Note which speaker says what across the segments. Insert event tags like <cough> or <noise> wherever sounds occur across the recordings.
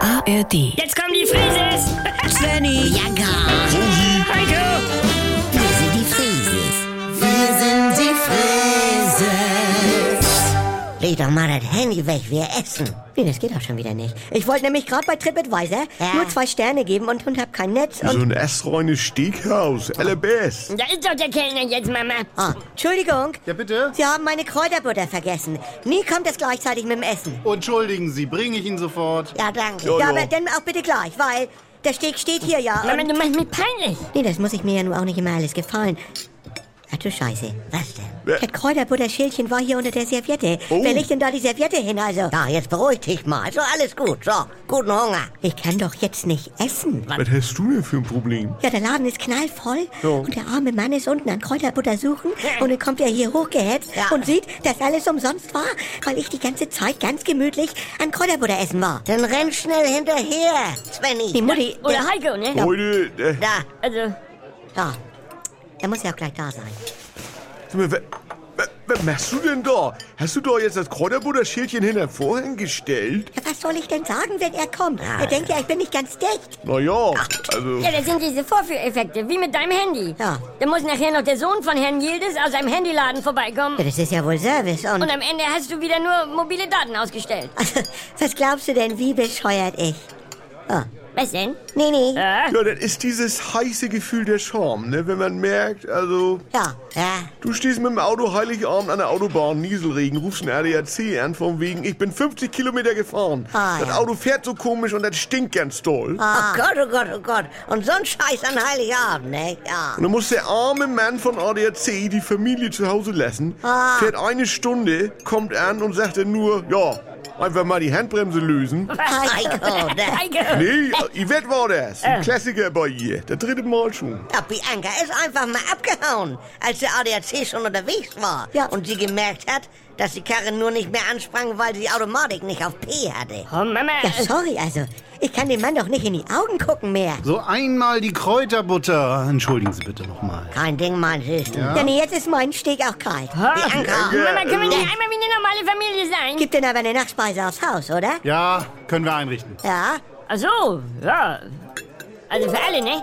Speaker 1: ARD.
Speaker 2: Jetzt kommen die Frises! <laughs>
Speaker 3: Svenny. Ja, gar.
Speaker 2: Heiko!
Speaker 3: Wir sind die Frieses. Wir sind die Frieses. Leg doch mal das Handy weg, wir essen.
Speaker 4: Nee, das geht auch schon wieder nicht. Ich wollte nämlich gerade bei TripAdvisor nur zwei Sterne geben und, und hab kein Netz. Und,
Speaker 3: <laughs>
Speaker 5: So ein essreines Steakhaus, allerbest.
Speaker 2: Da ist doch der Kellner jetzt, Mama.
Speaker 4: Ah, Entschuldigung,
Speaker 6: Ja, bitte?
Speaker 4: Sie haben meine Kräuterbutter vergessen. Nie kommt es gleichzeitig mit dem Essen.
Speaker 6: Entschuldigen Sie, bringe ich ihn sofort.
Speaker 3: Ja, danke.
Speaker 5: Ja,
Speaker 4: Ja,
Speaker 5: ja.
Speaker 4: aber dann auch bitte gleich, weil der Steg steht hier ja.
Speaker 2: Mama, du machst mich peinlich.
Speaker 4: Nee, das muss ich mir ja nun auch nicht immer alles gefallen. Ach du Scheiße.
Speaker 3: Was denn?
Speaker 4: Das Kräuterbutter-Schälchen war hier unter der Serviette. Wer legt denn da die Serviette hin, also?
Speaker 3: Ja, Oh. jetzt beruhig dich mal. So, alles gut. So, guten Hunger.
Speaker 4: Ich kann doch jetzt nicht essen.
Speaker 5: Was hast du denn für ein Problem?
Speaker 4: Ja, der Laden ist knallvoll und der arme Mann ist unten an Kräuterbutter suchen und dann kommt er hier hochgehetzt
Speaker 3: Hm. Ja.
Speaker 4: und sieht, dass alles umsonst war, weil ich die ganze Zeit ganz gemütlich an Kräuterbutter essen war.
Speaker 3: Dann renn schnell hinterher,
Speaker 4: Die
Speaker 3: Svenny.
Speaker 4: Mutti,
Speaker 2: Oder
Speaker 4: der,
Speaker 2: Heiko, ne?
Speaker 5: Leute, äh,
Speaker 3: Da.
Speaker 2: Also,
Speaker 4: ja, er muss ja auch gleich da sein.
Speaker 5: sag mal, wa- wa- was machst du denn da? Hast du da jetzt das Kräuterbutter-Schälchen hinter den Vorhang gestellt?
Speaker 4: Ja, was soll ich denn sagen, wenn er kommt? Er denkt ja, ich bin nicht ganz dicht.
Speaker 5: Na ja, also,
Speaker 2: ja, das sind diese Vorführeffekte, wie mit deinem Handy.
Speaker 4: Ja.
Speaker 2: Da muss nachher noch der Sohn von Herrn Yildiz aus seinem Handyladen vorbeikommen.
Speaker 4: Ja, das ist ja wohl Service und...
Speaker 2: Und am Ende hast du wieder nur mobile Daten ausgestellt.
Speaker 4: Also, was glaubst du denn, wie bescheuert ich?
Speaker 2: Was denn?
Speaker 4: Nee, nee,
Speaker 5: ja, das ist dieses heiße Gefühl der Scham, ne? Wenn man merkt, also,
Speaker 4: ja.
Speaker 3: Ja,
Speaker 5: du stehst mit dem Auto Heiligabend an der Autobahn, Nieselregen, rufst einen ADAC an von wegen, ich bin 50 Kilometer gefahren.
Speaker 4: Ah,
Speaker 5: das
Speaker 4: ja. Ah,
Speaker 5: Auto fährt so komisch und das stinkt ganz doll.
Speaker 3: Oh Gott, oh Gott, oh Gott. Und so ein Scheiß an Heiligabend, ne? Ja.
Speaker 5: Und dann muss der arme Mann von ADAC die Familie zu Hause lassen, fährt eine Stunde, kommt an und sagt dann nur, ja, einfach mal die
Speaker 2: <laughs>
Speaker 5: Handbremse lösen.
Speaker 3: Heiko, ne?
Speaker 2: Heiko!
Speaker 5: Nee, äh, Yvette war das, ein Klassiker bei ihr, der dritte Mal schon.
Speaker 3: Ja, Bianca ist einfach mal abgehauen, als der ADAC schon unterwegs war.
Speaker 4: Ja.
Speaker 3: Und sie gemerkt hat, dass die Karre nur nicht mehr ansprang, weil die Automatik nicht auf P hatte.
Speaker 2: Oh, Mama.
Speaker 4: Ja, sorry, also. Ich kann dem Mann doch nicht in die Augen gucken mehr.
Speaker 6: So einmal die Kräuterbutter. Entschuldigen Sie bitte nochmal.
Speaker 3: Kein Ding, mein Süßen. Ja.
Speaker 4: Denn jetzt ist mein Steg auch kalt.
Speaker 3: Bianca.
Speaker 2: Oh, Mama, können wir nicht einmal wie eine normale Familie sein?
Speaker 4: Gibt denn aber eine Nachspeise aufs Haus, oder?
Speaker 6: Ja, können wir einrichten.
Speaker 4: Ja.
Speaker 2: Ach so, ja. Also für alle, ne?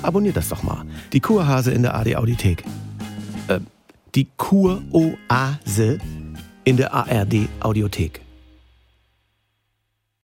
Speaker 7: Abonniert das doch mal. Die Kurhase in der AD Audiothek. Äh, die Kuroase in der ARD Audiothek.